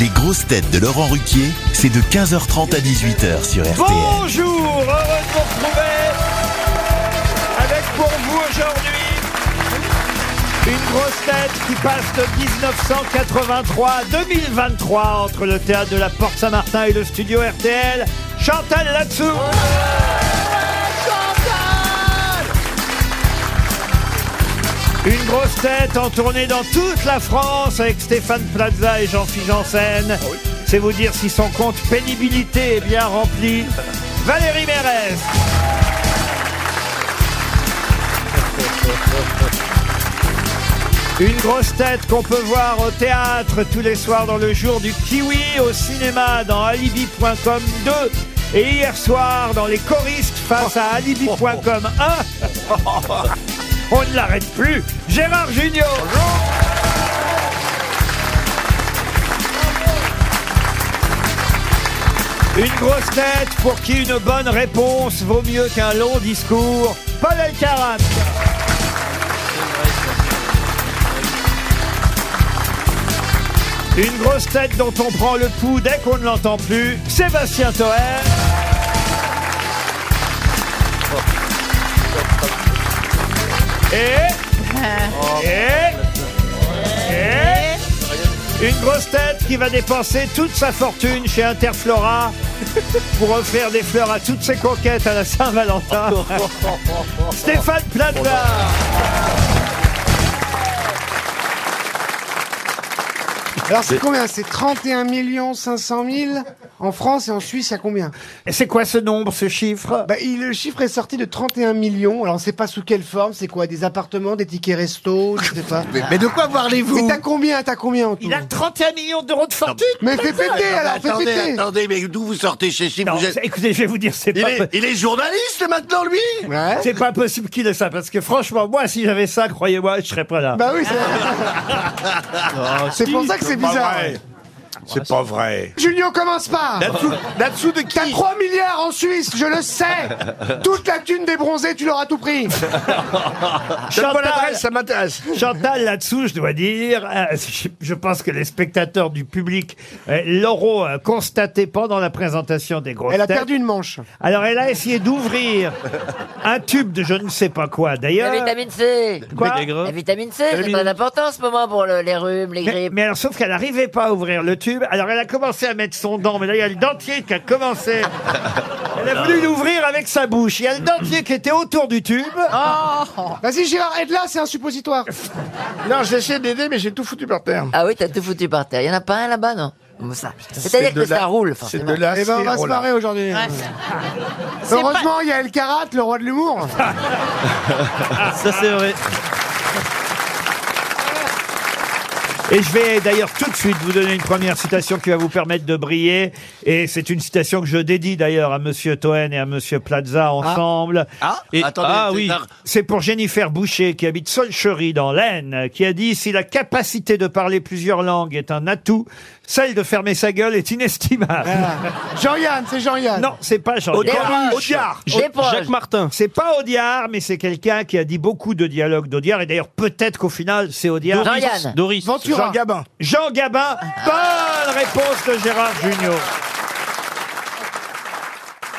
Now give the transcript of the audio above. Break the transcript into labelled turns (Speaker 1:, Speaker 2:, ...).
Speaker 1: Les grosses têtes de Laurent Ruquier, c'est de 15h30 à 18h sur RTL.
Speaker 2: Bonjour, heureux de vous retrouver avec pour vous aujourd'hui une grosse tête qui passe de 1983 à 2023 entre le théâtre de la Porte Saint-Martin et le studio RTL, Chantal Latsou. Une grosse tête en tournée dans toute la France avec Stéphane Plaza et Jean-Philippe Janssen. C'est vous dire si son compte pénibilité est bien rempli. Valérie Mérez. Une grosse tête qu'on peut voir au théâtre tous les soirs dans le jour du kiwi, au cinéma dans alibi.com 2 et hier soir dans les choristes face à alibi.com 1. On ne l'arrête plus. Gérard Junior. Une grosse tête pour qui une bonne réponse vaut mieux qu'un long discours. Paul Elkarat. Une grosse tête dont on prend le pouls dès qu'on ne l'entend plus. Sébastien Toer. Et. Et. Et. Une grosse tête qui va dépenser toute sa fortune chez Interflora pour offrir des fleurs à toutes ses conquêtes à la Saint-Valentin. Stéphane Plaza.
Speaker 3: Alors c'est combien C'est 31 500 000 en France et en Suisse, à combien
Speaker 2: Et c'est quoi ce nombre, ce chiffre
Speaker 3: bah, il- Le chiffre est sorti de 31 millions. Alors on sait pas sous quelle forme, c'est quoi Des appartements, des tickets resto, je sais pas. Mais,
Speaker 4: de quoi parlez-vous
Speaker 3: t'as combien T'as combien en tout
Speaker 2: Il a 31 millions d'euros de fortune
Speaker 3: Mais fais péter alors, fais
Speaker 4: Attendez,
Speaker 3: péter
Speaker 4: attendez, mais d'où vous sortez chez si
Speaker 2: Non,
Speaker 4: vous êtes...
Speaker 2: écoutez, je vais vous dire, c'est
Speaker 4: Il
Speaker 2: pas...
Speaker 4: est, il est journaliste maintenant, lui
Speaker 3: Ouais.
Speaker 2: C'est pas possible qu'il ait ça, parce que franchement, moi, si j'avais ça, croyez-moi, je serais pas là.
Speaker 3: Bah oui, c'est
Speaker 5: Ah,
Speaker 3: C'est pour ça que c'est bizarre.
Speaker 5: C'est pas vrai.
Speaker 3: Julio, commence pas
Speaker 5: Là-dessous de
Speaker 3: T'as
Speaker 5: qui
Speaker 3: 3 milliards en Suisse, je le sais Toute la thune des bronzés, tu l'auras tout pris
Speaker 5: Donne-moi
Speaker 2: Chantal,
Speaker 5: l'adresse, ça m'intéresse.
Speaker 2: Chantal, là-dessous, je dois dire, euh, je- je pense que les spectateurs du public euh, l'auront euh, constaté pendant la présentation des grosses
Speaker 3: Elle a
Speaker 2: têtes.
Speaker 3: perdu une manche.
Speaker 2: Alors, elle a essayé d'ouvrir un tube de je ne sais pas quoi,
Speaker 6: La
Speaker 2: d'ailleurs.
Speaker 6: vitamine C
Speaker 2: Quoi
Speaker 6: La vitamine C, c'est très important en ce moment pour le- les rhumes, les
Speaker 2: mais,
Speaker 6: grippes.
Speaker 2: mais alors, sauf qu'elle n'arrivait pas à ouvrir le tube. Alors, elle a commencé à mettre son dent. Mais là, il y a le dentier qui a commencé. Elle a voulu l'ouvrir avec sa bouche. Il y a le dentier qui était autour du tube.
Speaker 3: Vas-y Gérard, aide-la, c'est un suppositoire
Speaker 5: Non, j'ai essayé d'aider, mais j'ai tout foutu par terre.
Speaker 6: Ah oui, t'as tout foutu par terre. Il y en a pas un là-bas, non Comme ça. C'est-à-dire que ça roule,
Speaker 5: C'est
Speaker 6: forcément.
Speaker 5: de la
Speaker 3: Eh ben, on va se
Speaker 5: stérola.
Speaker 3: marrer aujourd'hui. Heureusement, il y a El Karat, le roi de l'humour.
Speaker 2: Et je vais d'ailleurs tout de suite vous donner une première citation qui va vous permettre de briller. Et c'est une citation que je dédie d'ailleurs à Monsieur Toen et à Monsieur Plaza ensemble.
Speaker 4: Ah, attendez,
Speaker 7: ah
Speaker 4: c'est
Speaker 7: oui.
Speaker 4: un-
Speaker 2: C'est pour Jennifer Boucher qui habite Solcherie dans l'Aisne, qui a dit si la capacité de parler plusieurs langues est un atout, celle de fermer sa gueule est inestimable.
Speaker 3: Jean-Yann, c'est Jean-Yann.
Speaker 2: Non, c'est pas Jean.
Speaker 6: Des proches.
Speaker 2: Ah. Audiard.
Speaker 6: Des proches.
Speaker 7: Jacques Martin.
Speaker 2: C'est pas Audiard, mais c'est quelqu'un qui a dit beaucoup de dialogues d'Audiard. Et d'ailleurs, peut-être qu'au final, c'est Audiard.
Speaker 6: Jean-Yann.
Speaker 7: Doris.
Speaker 3: Ventura.
Speaker 5: Jean Gabin.
Speaker 2: Jean Gabin. Bonne réponse de Gérard Junior.